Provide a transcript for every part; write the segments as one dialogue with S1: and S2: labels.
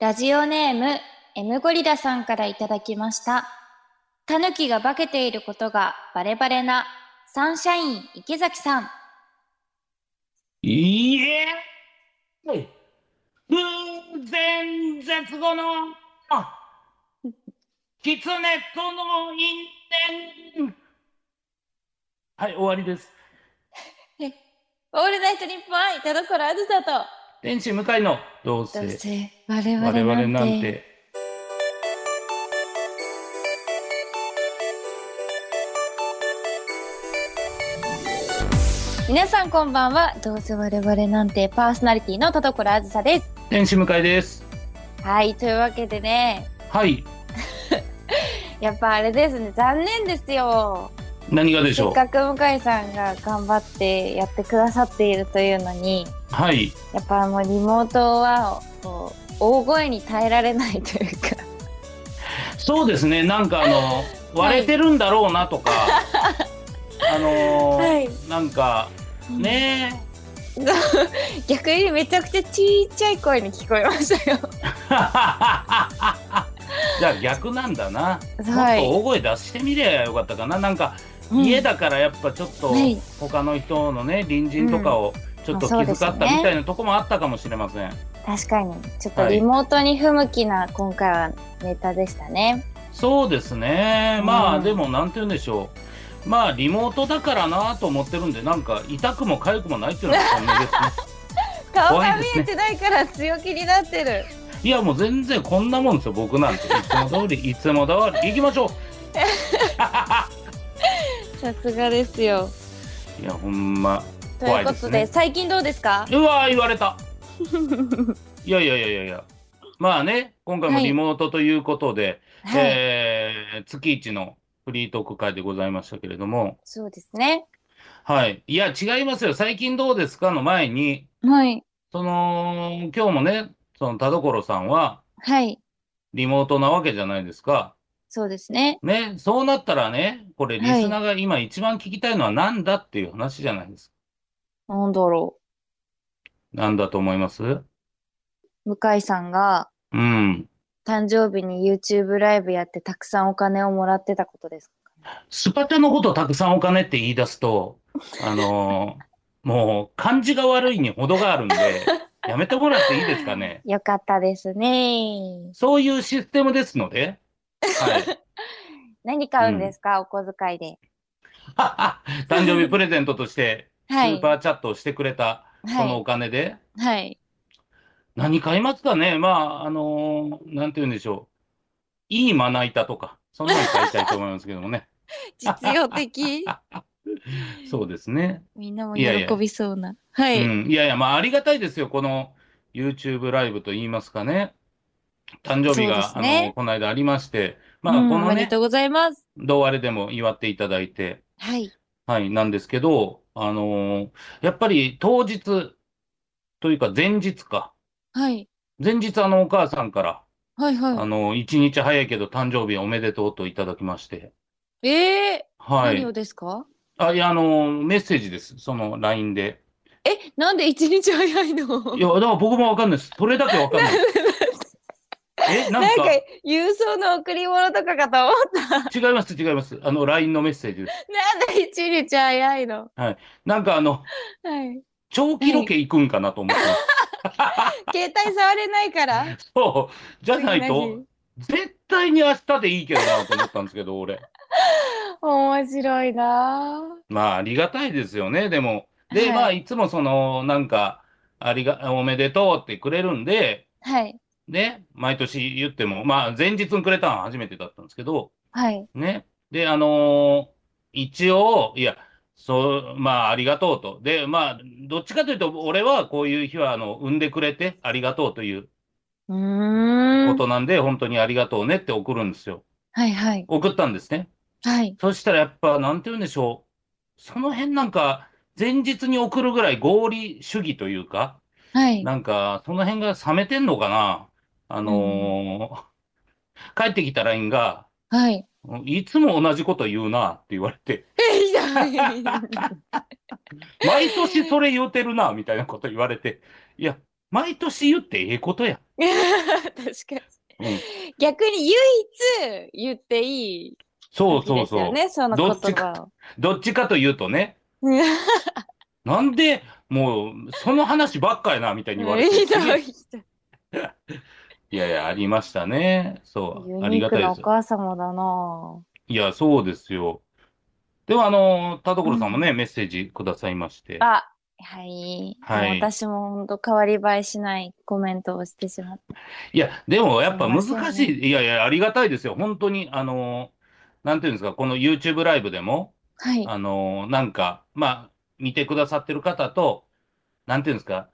S1: ラジオネーム M ゴリラさんからいただきました。タヌキが化けていることがバレバレなサンシャイン池崎さん。
S2: いいえうん全絶後の狐との因縁はい終わりです
S1: オールナイトニッポン愛田所あずさと。
S2: 天使向かいの
S1: ど
S2: どう
S1: う
S2: せ
S1: せ我々
S2: 我
S1: なんて
S2: 々なんて
S1: 皆さんこんばんはどうせ我々なんてパーソナリティの田所あずさです
S2: 天使向かいです
S1: はいというわけでね
S2: はい
S1: やっぱあれですね残念ですよ
S2: 何がでし
S1: せ
S2: ょ
S1: っかく向井さんが頑張ってやってくださっているというのに
S2: うはい
S1: やっぱもうリモートはこう大声に耐えられないというか
S2: そうですねなんか あの割れてるんだろうなとか、あのー
S1: い
S2: なんかねえ
S1: 逆にめちゃくちゃちっちゃい声に聞こえましたよ
S2: じゃ あ逆なんだな、
S1: はい
S2: もっと大声出してみればよかったかななんか
S1: うん
S2: 家だからやっぱちょっと
S1: はい
S2: 他の人のね隣人とかをちょっと気
S1: まあそうで
S2: 遣っ
S1: すよ
S2: た
S1: ね
S2: みたいなとこもあったかもしれません、
S1: 確かにちょっとリモートに不向きな今回はネタでしたね、
S2: そうですねまあ、
S1: うん
S2: でもなんて言うんでしょうまあリモートだからなと思ってるんでなんか痛くも痒くもないっていうのが本音 ですね
S1: 顔
S2: 怖
S1: が
S2: い
S1: 見
S2: ですね
S1: えてないから強気になってる
S2: いやもう全然こんなもんですよ僕なんていつも通りいつも通り行きましょう
S1: さすがですよ
S2: いやほんま
S1: とい
S2: 怖
S1: う
S2: い
S1: こ
S2: で
S1: と
S2: す
S1: で
S2: ね
S1: 最近どうです か
S2: うわー言われたいやいやいやいやいやまあね今回も
S1: はい
S2: リモートということで、
S1: はい、
S2: えー月一のフリートーク会でございましたけれども
S1: そうですね
S2: はいいや違いますよ最近どうですかの前に
S1: はい
S2: その今日もねその田所さんは
S1: はい
S2: リモートなわけじゃないですか
S1: そうですね
S2: ねそうなったらねこれリ
S1: はい
S2: スナーが今一番聞きたいのは何だっていう話じゃないですか、
S1: なんだろ
S2: なんだと思います
S1: う向井さんが
S2: うん
S1: 誕生日に YouTube ライブやってたくさんお金をもらってたことです
S2: スパチャのことたくさんお金って言い出すと、あのーもう感じが悪いに程が あるんで、やめてもらっていいですかね。
S1: よかったですね
S2: そういうシステムですので、はい。
S1: 何買うんですか、お小遣いで
S2: 誕生日プレゼントとして、ス
S1: はい
S2: ーパーチャットをしてくれた、その
S1: は
S2: お金で、
S1: いはい
S2: 何買いますかねまあ、あのーなんて言うんでしょう。いいまな板とか、そんなの買いたいと思いますけども ね。
S1: 実用 的
S2: そうですね。
S1: みんなも
S2: いやいや
S1: 喜びそうなは
S2: う
S1: い、
S2: ん、いやいや、まあ、ありがたいですよ、この YouTube ライブといいますかね、誕生日
S1: そ
S2: が、
S1: うですね
S2: あのこの間ありまして、まあ、
S1: うん
S2: こ
S1: お
S2: の
S1: めで
S2: ね
S1: と、うございます
S2: どうあれでも祝っていただいて、
S1: はい
S2: はい、なんですけど、あのーやっぱり当日というか、前日か、
S1: はい
S2: 前日、あのお母さんから、
S1: はいはい
S2: あの1日早いけど、誕生日おめでとうといただきまして、
S1: ええ
S2: は
S1: 何
S2: い
S1: を、ですか
S2: あいやあのーメッセージです、その LINE で。
S1: えなんで一日早いの
S2: いや、だから僕もわかんないです、それだけわか んない。え、な
S1: なん
S2: ん
S1: か
S2: か。
S1: 郵送の贈り物とかかと思っ
S2: 違います、違います。あの、LINE のメッセージです。
S1: たら一日早いの。
S2: なんか、あの、
S1: はい。
S2: 長期ロケ行くんかなと思ってます。
S1: 携帯触れないから。
S2: そう、じゃないと、絶対に明日でいいけどなと思ったんですけど、俺。
S1: 面白いな
S2: まあ、ありがたいですよね、でも。
S1: はい
S2: で、まあ、いつもその、なんか、ありが、おめでとうってくれるんで、
S1: ぁはい。
S2: ね、毎年言っても、まあ、前日にくれたのは初めてだったんですけど、
S1: はい。
S2: ね。で、あのー一応、いや、そう、まあ、ありがとうと。で、まあ、どっちかというと、俺はこういう日は、あの、産んでくれてありがとうという
S1: う
S2: こ
S1: ーん。
S2: となんで、本当にありがとうねって送るんですよ。
S1: はいはい。
S2: 送ったんですね。
S1: はい。
S2: そしたら、やっぱ、なんて言うんでしょう。その辺なんか、前日に送るぐらい合理主義というか、
S1: はい。
S2: なんか、その辺が冷めてんのかな。あのー帰ってきた LINE が、
S1: はい。
S2: いつも同じこと言うなって言われて、
S1: え、ひどい。
S2: 毎年それ言うてるな、みたいなこと言われて、いや、毎年言ってええことや。
S1: 確か
S2: うん
S1: に。逆に唯一言っていい
S2: そう
S1: 時
S2: そう
S1: です
S2: そう。
S1: よね、その言
S2: どっち
S1: 葉を。
S2: どっちかというとね、なんでもうその話ばっかりなみたいに言われて
S1: ひど
S2: すげえ
S1: いひどい
S2: いやいや、ありましたね。そう、
S1: ユ
S2: あり
S1: ニ
S2: が
S1: ーク
S2: たい
S1: な
S2: で
S1: お
S2: す。
S1: 母様だなぁ。
S2: いや、そうですよ。では、あの、田所さんもね、メッセージくださいまして。
S1: あ、はい。
S2: はい
S1: もう私も本当変わり映えしないコメントをしてしまった。
S2: いや、でもやっぱ難
S1: そうです
S2: し
S1: よ
S2: い。いやいや、ありがたいですよ。本当に、あの、なんていうんですか、この YouTube ライブでも、
S1: はい。
S2: あの、なんか、まあ、見てくださってる方と、なんていうんですか、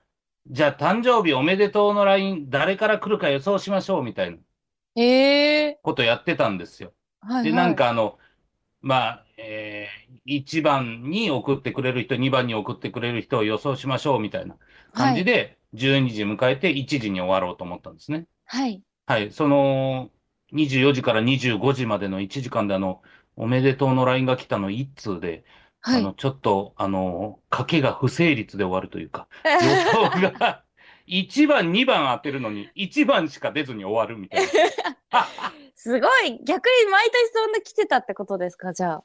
S2: じゃあ誕生日おめでとうの LINE、誰から来るか予想しましょうみたいな
S1: ええ
S2: ことやってたんですよ。
S1: ー。はい、
S2: で、なん、かあの、まあ、えー、1番に送ってくれる人、2番に送ってくれる人を予想しましょうみたいな感じ
S1: で。
S2: で、12時迎えて1時に終わろうと思ったんですね。
S1: はい。
S2: はい、その24時から25時までの1時間であの、おめでとうの LINE が来たの1通で、
S1: は
S2: あ
S1: い。
S2: の、ちょっと、あの、賭けが不成立で終わる というか、予想が1番、2番当てるのに1番しか出ずに終わるみたいな。
S1: すごい逆に毎年そんな来てたってことですかじゃあ。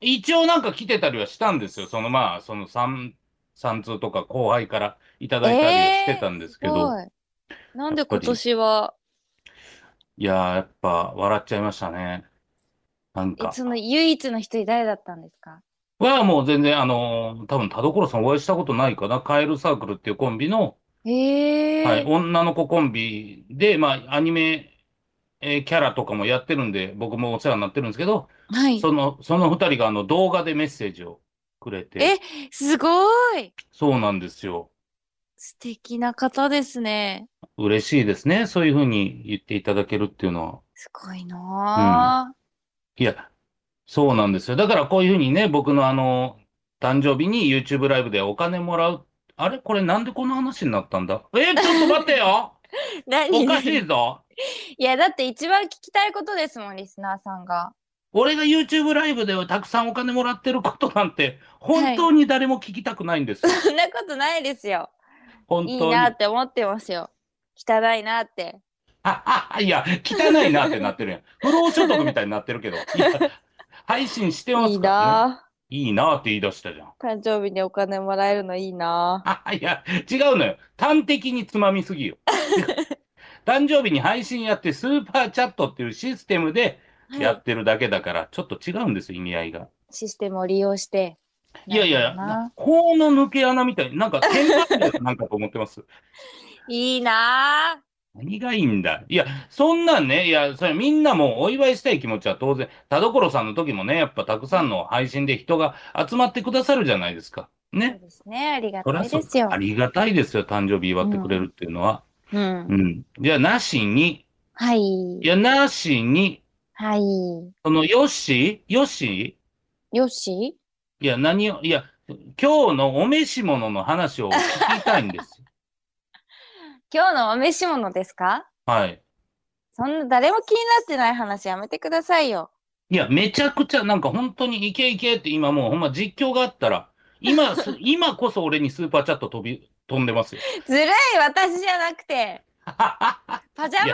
S2: 一応なんか来てたりはしたんですよ。そのまあ、その3、3通とか後輩からいただいたりはしてたんですけ
S1: す
S2: ど、
S1: ごい。なんで今年はい
S2: やー、やっぱ笑っちゃいましたね。なん
S1: え
S2: か。
S1: その唯一の一人誰だったんですか
S2: はもう全然、あのー多分田所さんお会いしたことないかな。カエルサークルっていうコンビの、
S1: ええ
S2: はい、女の子コンビで、まあ、アニメ、えーキャラとかもやってるんで、僕もお世話になってるんですけど、
S1: はい。
S2: その、その二人があの動画でメッセージをくれて、
S1: えすごい
S2: そうなんですよ。
S1: 素敵な方ですね。
S2: 嬉しいですね。そういうふうに言っていただけるっていうのは。
S1: すごいなあ、
S2: いや、そうなんですよ。だからこういうふうにね、僕のあの、誕生日に YouTube ライブでお金もらう。あれこれなんでこの話になったんだえーちょっと待っ てよ
S1: 何
S2: おかしいぞ。
S1: いやだって一番聞きたいことですもんリスナーさんが。
S2: 俺が YouTube ライブではたくさんお金もらってることなんて、本当に誰も聞きたくないんですよ。
S1: そんなことないですよ。
S2: 本
S1: いい
S2: 当に。
S1: な
S2: あ
S1: って思ってますよ。汚いなって。
S2: ああいや、汚いなってなってる やん。不労所得みたいになってるけど。いや配信してま
S1: いい
S2: すからね。
S1: ない
S2: いなって言い出したじゃん。
S1: あ誕生日にお金もらえるのいいなあ
S2: あいや、違うのよ。端的につまみす ぎよ。誕生日に配信やって、スーパーチャットっていうシステムで
S1: はい
S2: やってるだけだから、ちょっと違うんですよ、意味合いが。
S1: システムを利用して。
S2: いやい
S1: なる
S2: や、
S1: ほどな
S2: な法の抜け穴みたいに、なんか、天罰かなんかと思ってます。
S1: いいなあ
S2: 何がいいんだいや、そんなんね、いや、それみんなもうお祝いしたい気持ちは当然、田所さんの時もね、やっぱたくさんの配信で人が集まってくださるじゃないですか。
S1: そ
S2: ね
S1: う。ですね。ありが
S2: そり
S1: た
S2: ゃ
S1: い
S2: そう
S1: ですよ
S2: あ。りがたいですよ、誕生日祝ってくれるっていうのは。
S1: うん
S2: う。ん。じゃあ、なしに、
S1: はい
S2: い。や、なしに、
S1: はい。
S2: その、よし、よし、
S1: よし
S2: いや、何を、いや、今日のお召し物の話を聞きたいんです。
S1: 今日のお召し物ですか
S2: はい。
S1: そんな誰も気になってない話やめてくださいよ。
S2: いや、めちゃくちゃ、なんか本当にいけいけって今もうほんま実況があったら、今、す今こそ俺にスーパーチャット飛び、飛んでますよ。
S1: ずるい私じゃなくてパジャマ代でし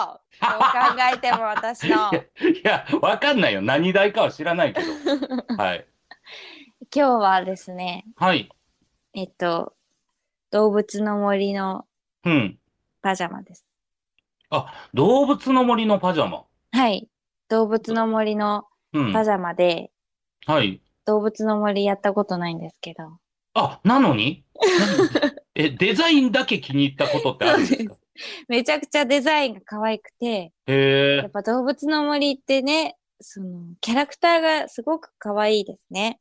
S1: ょどう考えても私 の今
S2: いや、わかんないよ。何代かは知らな いけど。はい。
S1: 日はですね
S2: はい。
S1: えっと動物の森の
S2: うん。
S1: パジャマです
S2: 動物の森のパジャマ。
S1: はい動物の森の
S2: うん。
S1: パジャマで、
S2: はい。
S1: 動物の森やったことないんですけど
S2: あ、な のにえ、デザインだけ気に入ったことってあるんです
S1: そう
S2: か
S1: めちゃくちゃデザインが可愛くて
S2: へ
S1: や
S2: え
S1: っ。ぱ動物の森ってねそのキャラクターがすごく可愛いですね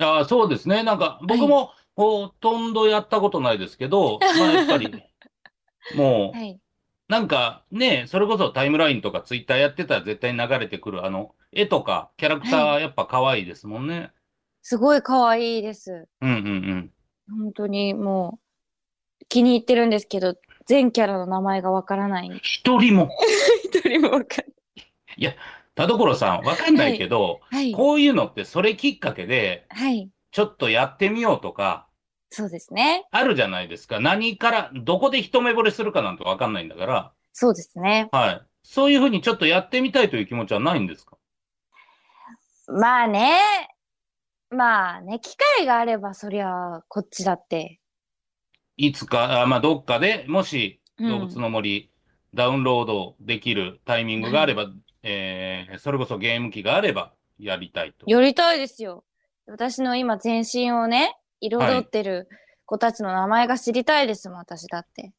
S2: あーそうですね。なんか、僕もほとんどやったことないですけど、まあやっぱり、も、
S1: はいう
S2: なんかね、それこそタイムラインとかツイッターやってたら絶対流れてくる、あの、絵とかキャラクターやっぱ可愛いですもんね。
S1: すごい可愛いです
S2: うんうんうん。
S1: 本当にもう気に入ってるんですけど全キャラの名前がわからない
S2: 一人も、
S1: 一人もわかん
S2: 田所さん、わかんないけど、
S1: ないはい
S2: こういうのってそれきっかけで、
S1: はい
S2: ちょっとやってみようとか、
S1: そうですね。
S2: あるじゃないですか。何から、どこで一目惚れするかなんてわかんないんだから、
S1: そうですね。
S2: はい。そういうふうにちょっとやってみたいという気持ちはないんですか
S1: まあね。まあね、機会があればそりゃ、こっちだって。
S2: いつか、あまあ、どっかでも
S1: う
S2: し、
S1: ん
S2: 動物の森、ダウンロードできるタイミングがあれば、えーそれこそゲーム機があれば、やりたいと。
S1: やりたいですよ。私の今全身をね、彩ってる子たちの名前が知りたいですもん、私だって。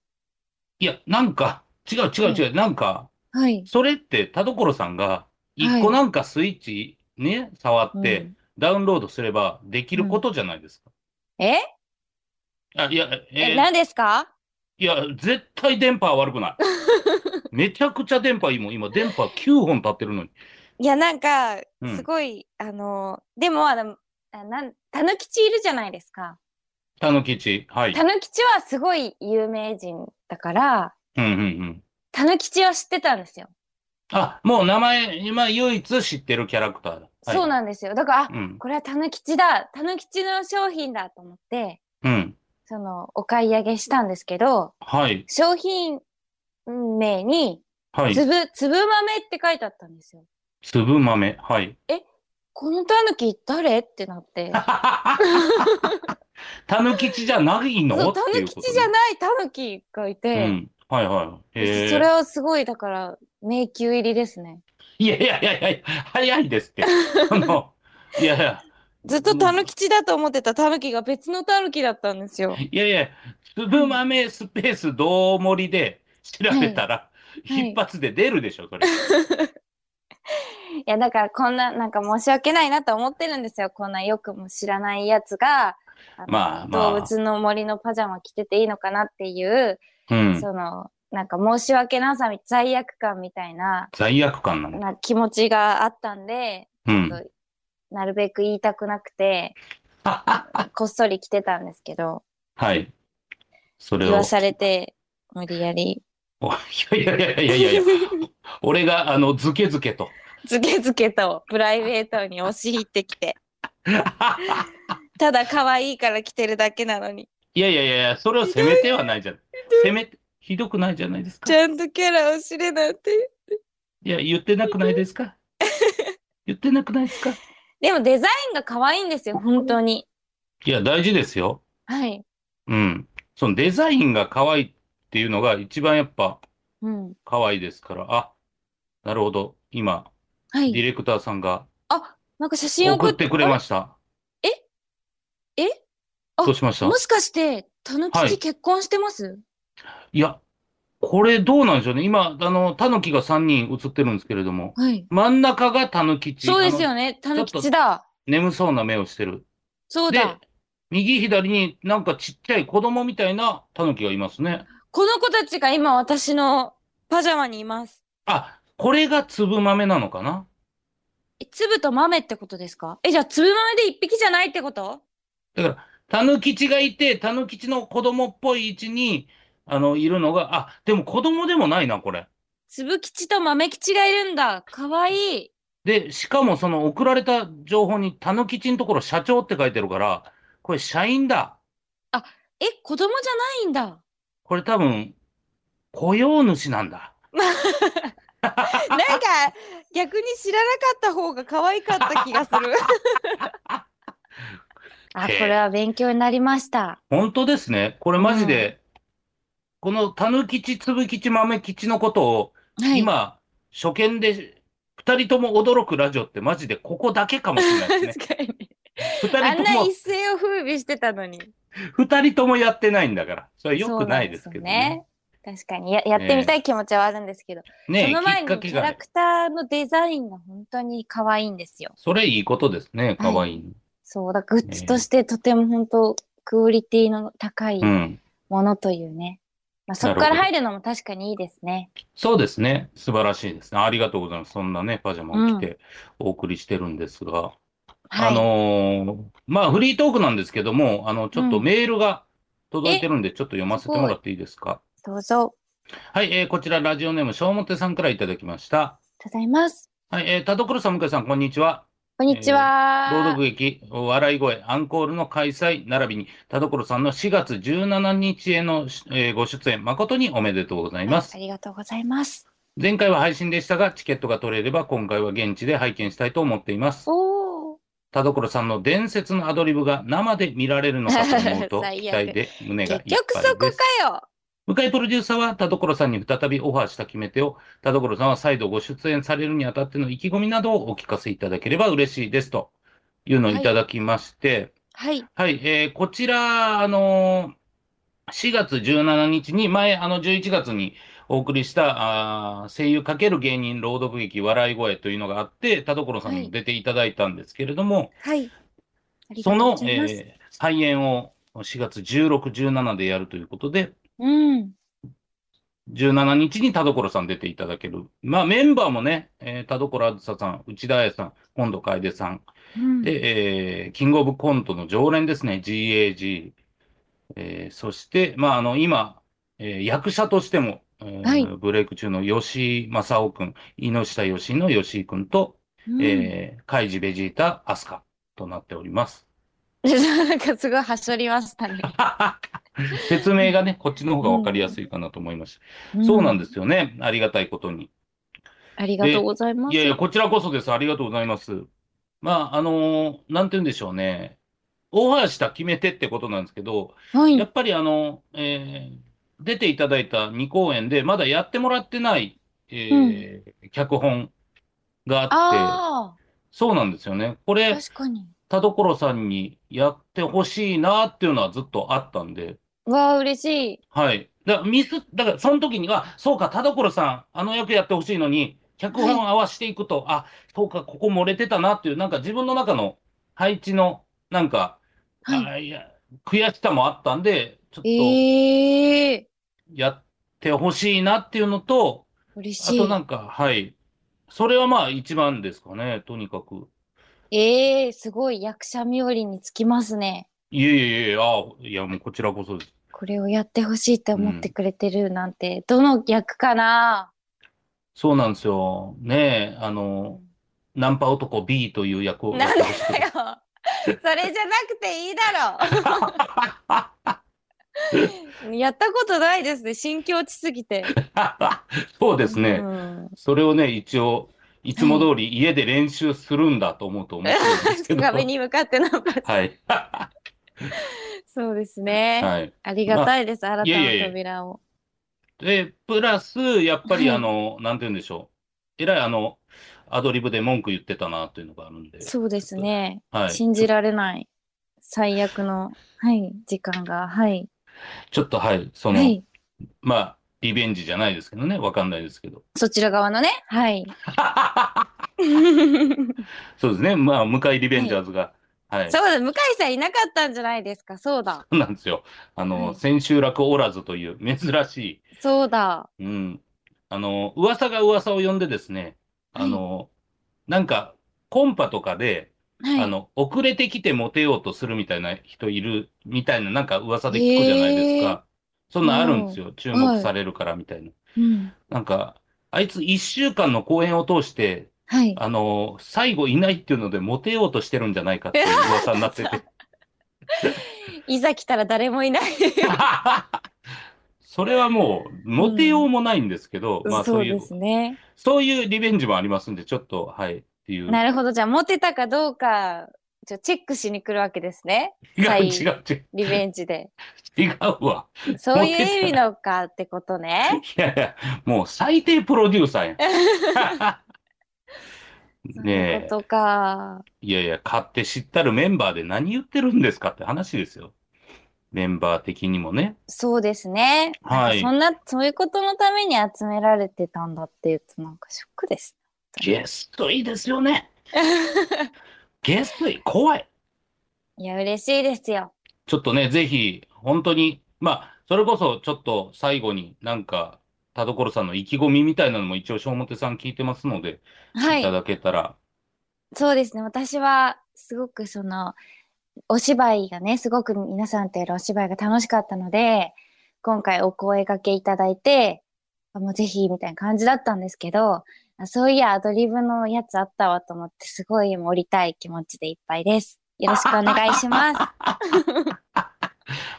S2: いや、なんか、違う違う違う、なんか、
S1: はい。
S2: それって田所さんが、一個なんかスイッチね、触って、
S1: うん
S2: ダウンロードすればできることじゃないですか。
S1: え
S2: あ、いや、
S1: え、
S2: えー
S1: 何ですか
S2: いや、絶対電波は悪 くない。めちゃくちゃ電波いいもん。今、電波9本立ってるのに。
S1: いや、なんか、
S2: うん
S1: すごい、あの、でも、あの、あなん、たぬきちいるじゃないですか。
S2: たぬきち。はい。
S1: たぬきちはすごい有名人だから、
S2: うんうんうん。
S1: たぬきちは知ってたんですよ。
S2: あ、もう名前、今唯一知ってるキャラクターだ。はい
S1: そうなんですよ。だから、あ、
S2: うん。
S1: これはたぬきちだ、たぬきちの商品だと思って、
S2: うん。
S1: その、お買い上げしたんですけど、
S2: はい。
S1: 商品名に、
S2: はい。
S1: つぶ、つぶ豆って書いてあったんですよ。
S2: 粒豆。 はい。
S1: このたぬき誰ってなって。
S2: たぬきちじゃないの
S1: そう、
S2: って
S1: た
S2: い
S1: ぬ
S2: う
S1: き
S2: こと
S1: ちじゃないたぬきがいて、
S2: ねうん。はいはい。へー
S1: それはすごい、だから、迷宮入りですね。
S2: いやいやいやいや、早いで すって。その、いやいや。
S1: ずっとタヌキチだと思ってたタヌキが別のタヌキだったんですよ。
S2: いやいや、粒豆スペースどう盛りで調べたら、
S1: いはい
S2: 一発で出るでしょ、それ。
S1: いや、だからこんな、なんか申し訳ないなと思ってるんですよ。こんなよくも知らないやつが、の
S2: まあま
S1: 動
S2: あ
S1: 物の森のパジャマ着てていいのかなっていう、
S2: うん。
S1: その、なんか申し訳なさみ、罪悪感みたいな、
S2: 罪悪感なの。
S1: な気持ちがあったんで、
S2: うん。
S1: そうなるべく言いたくなくて、こっそり着てたんですけど、
S2: はい。それ
S1: 言
S2: を。
S1: わされて、無理やり、
S2: おいやいやいやいやいやいや 俺が、あの、ずけずけと。
S1: ずけずけとプライベートに押し入ってきて。ただ可愛いから着てるだけなのに。
S2: いやいやいや、それを責めてはないじゃん。責め、ひどくないじゃないですか。
S1: ち
S2: い
S1: ゃんとキャラを知れなんて。
S2: や、言ってなくないですか言ってなくないですか
S1: でもデザインが可愛いんですよ、本当に。
S2: いや、大事ですよ。
S1: はい。
S2: うん。そのデザインが可愛いっていうのが一番やっぱ
S1: うん。
S2: 可愛いですから。あ、なるほど。今、
S1: は
S2: ディ
S1: い。
S2: レクターさんが
S1: あ、なんか写真送
S2: 送
S1: っ
S2: ってくれました。
S1: ええあ
S2: どうしました
S1: あもしかして、たぬ
S2: は
S1: きち
S2: い
S1: 結婚してます、
S2: いや、これどうなんでしょうね。今、あの、タヌキが3人映ってるんですけれども、
S1: はい、
S2: 真ん中がタヌキチ。
S1: そうです
S2: あの
S1: よね、たぬき
S2: ちょ
S1: ちだ。
S2: 眠そうな目をしてる。
S1: そう
S2: で
S1: だ。、
S2: 右左になんかちっちゃい子供みたいなタヌキがいますね。
S1: この子たちが今私のパジャマにいます。
S2: あ、これが粒豆なのかな
S1: え、粒と豆ってことですかえ、じゃあ粒豆で一匹じゃないってこと
S2: タヌキチがいて、タヌキチの子供っぽい位置に、あの、いるのが、あ、でも子供でもないな、これ。
S1: 粒吉と豆吉がいるんだ。かわいい。
S2: で、しかもその送られた情報に、たぬきちのところ社長って書いてるから、これ社員だ。
S1: え、子供じゃないんだ。
S2: これ多分、雇用主なんだ。
S1: なんか、逆に知らなかった方が可愛かった気がす る。あ、これは勉強になりました。
S2: 本当ですね。これマジで、このたぬきち、つぶきち、豆きちのことを、
S1: はい。
S2: 今、初見で、二人とも驚くラジオってマジでここだけかもしれないです
S1: 確か
S2: ね。
S1: に。
S2: 二
S1: あ
S2: 人
S1: ん
S2: と
S1: な
S2: も
S1: 一、世を風靡してたのに。
S2: 二人ともやってないんだから。それ良
S1: そう
S2: く
S1: ん
S2: ないですけどね。
S1: よね。確かにややってみたい気持ちはあるんですけど、
S2: ね
S1: その前
S2: きっ
S1: に
S2: か
S1: キ
S2: け
S1: ャ
S2: が
S1: ラ
S2: ね。
S1: クターのデザインが本当に可愛いんですよ。
S2: それいいことですね。かわいい。
S1: そうだ、グッズとしてとても本当クオリティの高い
S2: うん。
S1: ものというね。まあ、そこから入るのも確かにいいですね。
S2: そうですね。素晴らしいですね。ありがとうございます。そんなね、パジャマを着てお送りしてるんですが、
S1: はい、
S2: あのーまあ、フリートークなんですけども、あの、ちょっと
S1: うん
S2: メールが届いてるんで、ちょっと読ませてもらっていいですか。
S1: どうぞ。
S2: はい、えーこちらラジオネーム、しょうもてさんからいただきました。
S1: ありがとうございます。
S2: はい、えー田所さん、向井さん、こんにちは。
S1: こんにちは。
S2: 朗読劇、笑い声、アンコールの開催、並びに、田所さんの4月17日への、えーご出演、誠におめでとうございます
S1: は。いありがとうございます。
S2: 前回は配信でしたが、チケットが取れれば、今回は現地で拝見したいと思っています。
S1: おお。
S2: 田所さんの伝説のアドリブが生で見られるのかと思うと、
S1: 最悪
S2: 期待で胸が
S1: 結
S2: いっぱいです。
S1: 局そこかよ。
S2: 向井プロデューサーは田所さんに再びオファーした決め手を、田所さんは再度ご出演されるにあたっての意気込みなどをお聞かせいただければ嬉しいですというのをいただきまして、
S1: はい。
S2: はい、えーこちら、あのー4月17日に、前、あの、11月にお送りした、あー声優×芸人朗読劇笑い声というのがあって、田所さんにも出ていただいたんですけれども、
S1: はい。ありが
S2: そ
S1: とう
S2: の
S1: ご、ざいます。
S2: えー再演を4月16、17でやるということで、
S1: うん。
S2: 17日に田所さん出ていただける。まあ、メンバーもね、えー田所あずささん、内田彩さん、今度楓さん、
S1: うん、
S2: で、えーキングオブコントの常連ですね、GAG。えーそして、まあ、あの、今、えー役者としても、えー
S1: はい
S2: ブレイク中の吉井正夫君、井下義の吉井君と、
S1: うん
S2: えー、カイジベジータ、アスカとなっております。
S1: なんかすごいはしょりましたね。。
S2: 説明がね、こっちの方がわかりやすいかなと思いました。そうなんですすよね。ありがたいことに。
S1: ありがとうございます。
S2: いやいや、こちらこそです。ありがとうございます。まあ、あのーなんて言うんでしょうね。オファーした決め手ってことなんですけど、
S1: はい
S2: やっぱりあの、えー出ていただいた2公演で、まだやってもらってない、えー脚本があって、
S1: あ
S2: そうなんですよね。こ
S1: あ、
S2: れ、
S1: 確かに。
S2: 田所さんにやってほしいなっていうのはずっとあったんで、
S1: わあ、嬉しい。
S2: はい。だからミス、だからその時には、あそうか、田所さん、あの役やってほしいのに、脚本合わしていくと、あ、そうか、ここ漏れてたなっていう、なんか自分の中の配置の、なんか、
S1: はい
S2: あいや悔しさもあったんで、ちょっと
S1: ええ
S2: やってほしいなっていうのと、
S1: 嬉
S2: あ
S1: し
S2: と
S1: い
S2: な。んか、はい。それはまあ一番ですかね、とにかく。
S1: ええすごい役者冥利につきますね。
S2: いえいえいえ、あいや、もうこちらこそです。
S1: これをやってほしいって思ってくれてるなんて、どの役かな
S2: そうなんですよ。ねえ、あの、ナンパ男 B という役をやってほしくて。
S1: よ。それじゃなくていいだ ろ。やったことないですね。心境ちすぎて。
S2: そうですね、
S1: うん
S2: それをね、一応、いつも通り家で練習するんだと思うと思ってるんです けど。
S1: 壁に向かってナンパして
S2: はい。
S1: そうですね。
S2: はい。
S1: ありがたいです。新
S2: いやいや
S1: た
S2: いや
S1: な扉を。
S2: で、プラス、やっぱり、
S1: はい
S2: あの、なんて言うんでしょう。えらい、あの、アドリブで文句言ってたな、というのがあるんで。
S1: そうですね。
S2: はい。
S1: 信じられない。最悪の、はい、時間が。はい。
S2: ちょっと、はい。その、
S1: はい。
S2: まあ、リベンジじゃないですけどね。わかんないですけど。
S1: そちら側のね。はい。
S2: そうですね。まあ、向井リベンジャーズが、は い。
S1: そうだ、向井さんいなかったんじゃないですか。そうだ。
S2: そうなんですよ。あの、
S1: はい
S2: 千秋楽おらずという珍しい、
S1: そうだ。
S2: うん。あの、噂が噂を呼んでですね、あの、なんか、コンパとかで、
S1: はい。
S2: あの、遅れてきてモテようとするみたいな人いる、みたいな、なんか噂で聞くじゃないです
S1: へー
S2: か。そんなんあるんですよ。注目されるからみたいな。
S1: うん
S2: なんか、あいつ一週間の公演を通して、
S1: はい。
S2: あの、最後いないっていうのでモテようとしてるんじゃないかっていう噂になってて。
S1: いざ来たら誰もいない。
S2: それはもう、モテようもないんですけど、まあ
S1: そ
S2: そううい
S1: で
S2: う、
S1: すね。
S2: そういうリベンジもありますんで、ちょっと、はい、っていう。
S1: なるほど。じゃあ、モテたかどうか、ちょチェックしに来るわけですね。
S2: 違
S1: は
S2: う、
S1: い
S2: 違う、違う、
S1: リベンジ で。
S2: 違うわ。
S1: そういう意味のかってことね。
S2: いやいや、もう最低プロデューサ ーやん。
S1: そういう
S2: ね
S1: こ
S2: え、
S1: とか。
S2: いやいや、買って知ったるメンバーで何言ってるんですかって話ですよ。メンバー的にも ね。
S1: そうですね。
S2: はい
S1: なんかそんな、そういうことのために集められてたんだっていうと、なんかショックです。
S2: ゲストいいですよね。ゲストいい、怖い。
S1: いや、嬉しいですよ。
S2: ちょっとね、ぜひ、本当に、まあ、それこそちょっと最後になんか、田所さんの意気込みみたいなのも一応、小表さん聞いてますので、
S1: はい
S2: た
S1: い。
S2: だけたら。
S1: そうですね。私は、すごくその、お芝居がね、すごく皆さんとやるお芝居が楽しかったので、今回お声掛けいただいて、あもうぜひみたいな感じだったんですけど、あそういや、アドリブのやつあったわと思って、すごい盛りたい気持ちでいっぱいです。よろしくお願いし ます。
S2: まあ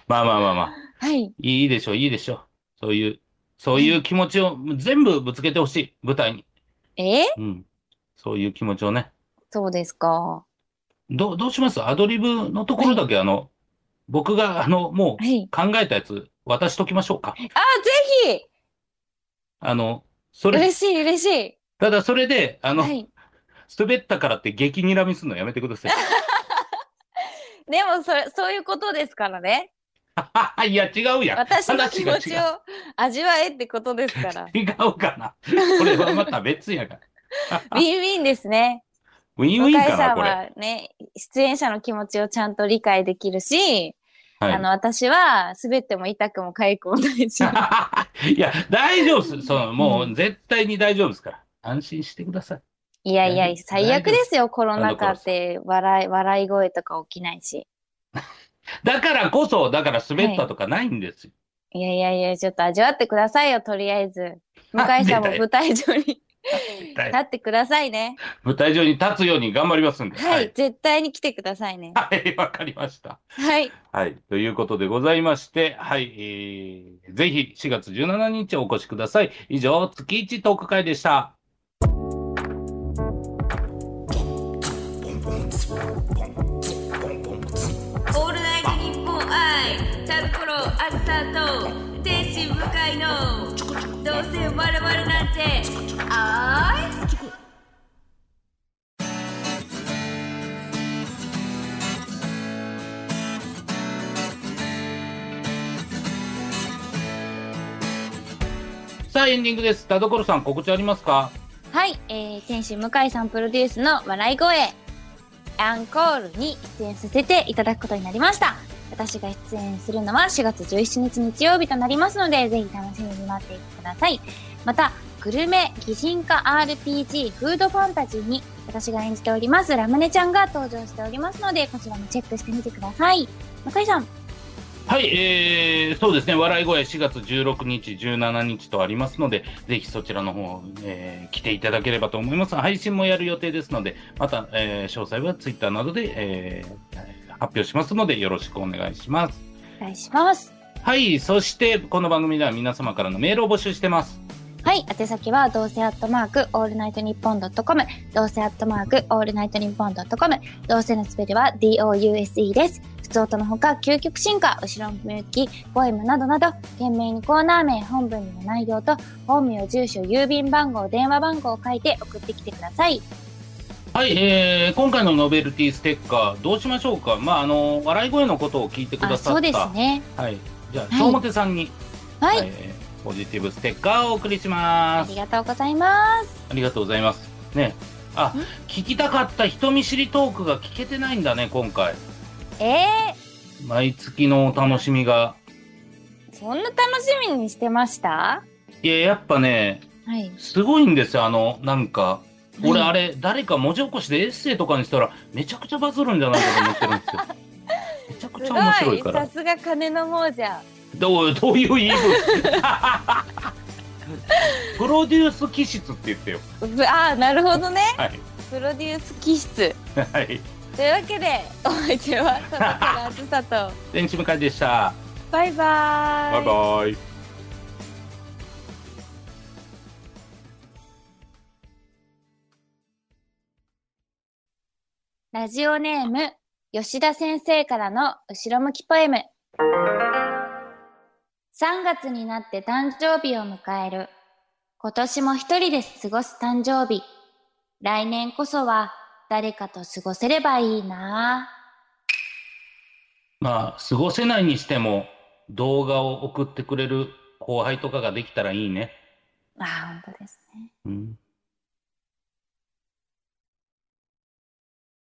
S2: まあまあまあ。
S1: はい。
S2: いいでしょう、いいでしょう。そういう、そういう気持ちを全部ぶつけてほしい、舞台に。
S1: えー
S2: うん。そういう気持ちをね。
S1: そうですか。
S2: どう、どうしますアドリブのところだけ、あの、僕が、あの、もう
S1: はい。
S2: 考えたやつ渡しときましょうか。
S1: あー、ぜ
S2: あの、そ
S1: ひ
S2: れ、
S1: 嬉しい、嬉しい。
S2: ただそれで、あの
S1: は、い。
S2: 滑ったからって激睨みするのやめてください。
S1: でも、それ、そういうことですからね。
S2: い や、違うやん。
S1: 私の気持ち
S2: 話が
S1: を味わえってことです から。
S2: 違うかな。これはまた別やから。
S1: ウィンウィンですね。
S2: ウィンウ
S1: 向
S2: ィ
S1: 井
S2: ン
S1: さ
S2: かな、
S1: ん
S2: これ。
S1: はね、出演者の気持ちをちゃんと理解できるし、あ
S2: は
S1: の、私は滑っても痛くも痒くもない し。
S2: い。いや、大丈夫です。その、も
S1: う
S2: う絶対に大丈夫ですから。安心してください。
S1: いやいや
S2: 大丈、夫
S1: 最悪ですよ、コロ
S2: な
S1: ナ
S2: んだコロ
S1: 禍
S2: ナ
S1: って笑い、笑い声とか起きないし。
S2: だからこそ、だから滑ったとかないんですよ。
S1: いやいやいや、ちょっと味わってくださいよ、とりあえず。向
S2: あ
S1: 井さんも
S2: 出たよ
S1: 舞台上に立
S2: 絶対
S1: ってくださいね。
S2: 舞台上に立つように頑張りますんで。
S1: はい、。絶対に来てくださいね。
S2: はい、わかりました。
S1: はい、
S2: はい。ということでございまして、はい。えー、ぜひ4月17日お越しください。以上、月一トーク会でした。
S3: オールナイトニッポン愛タルコロアスターと天使向かいのどうせ我々なんてあい
S2: さあエンディングです。田所さん告知ありますか？
S1: はい、えー、天使向井さんプロデュースの笑い声アンコールに出演させていただくことになりました。私が出演するのは4月17日日曜日となりますので、ぜひ楽しみに待っていてください。また、グルメ、擬人化 RPG、フードファンタジーに私が演じておりますラムネちゃんが登場しておりますので、こちらもチェックしてみてください。向井さん、
S2: はい、えー、そうですね。笑い声4月16日、17日とありますので、ぜひそちらの方、えー、来ていただければと思います。配信もやる予定ですので、また、えー、詳細はツイッターなどで、えー、発表しますので、よろしくお願いします。
S1: お願いします。
S2: はい、そしてこの番組では皆様からのメールを募集してます。
S1: はい、宛先はどうせアットマークオールナイトニッポンドットコム、どうせアットマークオールナイトニッポンドットコム、どうせのスペルは DOUSE です。普通音のほか、究極進化、後ろ向き、ポエムなどなど、懸命にコーナー名、本文の内容と、本名、住所、郵便番号、電話番号を書いて送ってきてください。
S2: はい、えー、今回のノベルティステッカーどうしましょうか。まああの笑い声のことを聞いてくだ
S1: あ、
S2: さった。
S1: そうですね。
S2: はい。じゃあ、
S1: はい
S2: 小表さんに、
S1: はい、
S2: えーポジティブステッカーをお送りし
S1: あ
S2: ま
S1: り
S2: す。
S1: がとうございます。
S2: ありがとうございます。ね。あ
S1: ん、
S2: 聞きたかった人見知りトークが聞けてないんだね、今回。
S1: え
S2: 毎月のお楽しみが。
S1: ー、そんな楽しみにしてました
S2: いや、やっぱね、
S1: はい。
S2: すごいんですよ、あの、なんか。俺、
S1: はい
S2: あれ、誰か文字起こしでエッセイとかにしたら、めちゃくちゃバズるんじゃないかと思ってるんですよ。 めちゃくちゃ面
S1: すご
S2: 白
S1: い
S2: いか
S1: さ
S2: ら。
S1: すが金の亡者。
S2: どう、どういう言い 分プロデュース気質って言ってよ。
S1: ぶあー、なるほどね。
S2: はい。
S1: プロデュース気質
S2: はい。
S1: というわけでお相手は田中暑さと
S2: 電池向かいでした。
S1: バイバーイ
S2: バイ。
S1: ラジオネーム吉田先生からの後ろ向きポエム3月になって誕生日を迎える今年も一人で過ごす誕生日来年こそは誰かと過ごせればいいな
S2: まあ、過ごせないにしても、動画を送ってくれる後輩とかができたらいいね。
S1: ああ本当ですね
S2: うん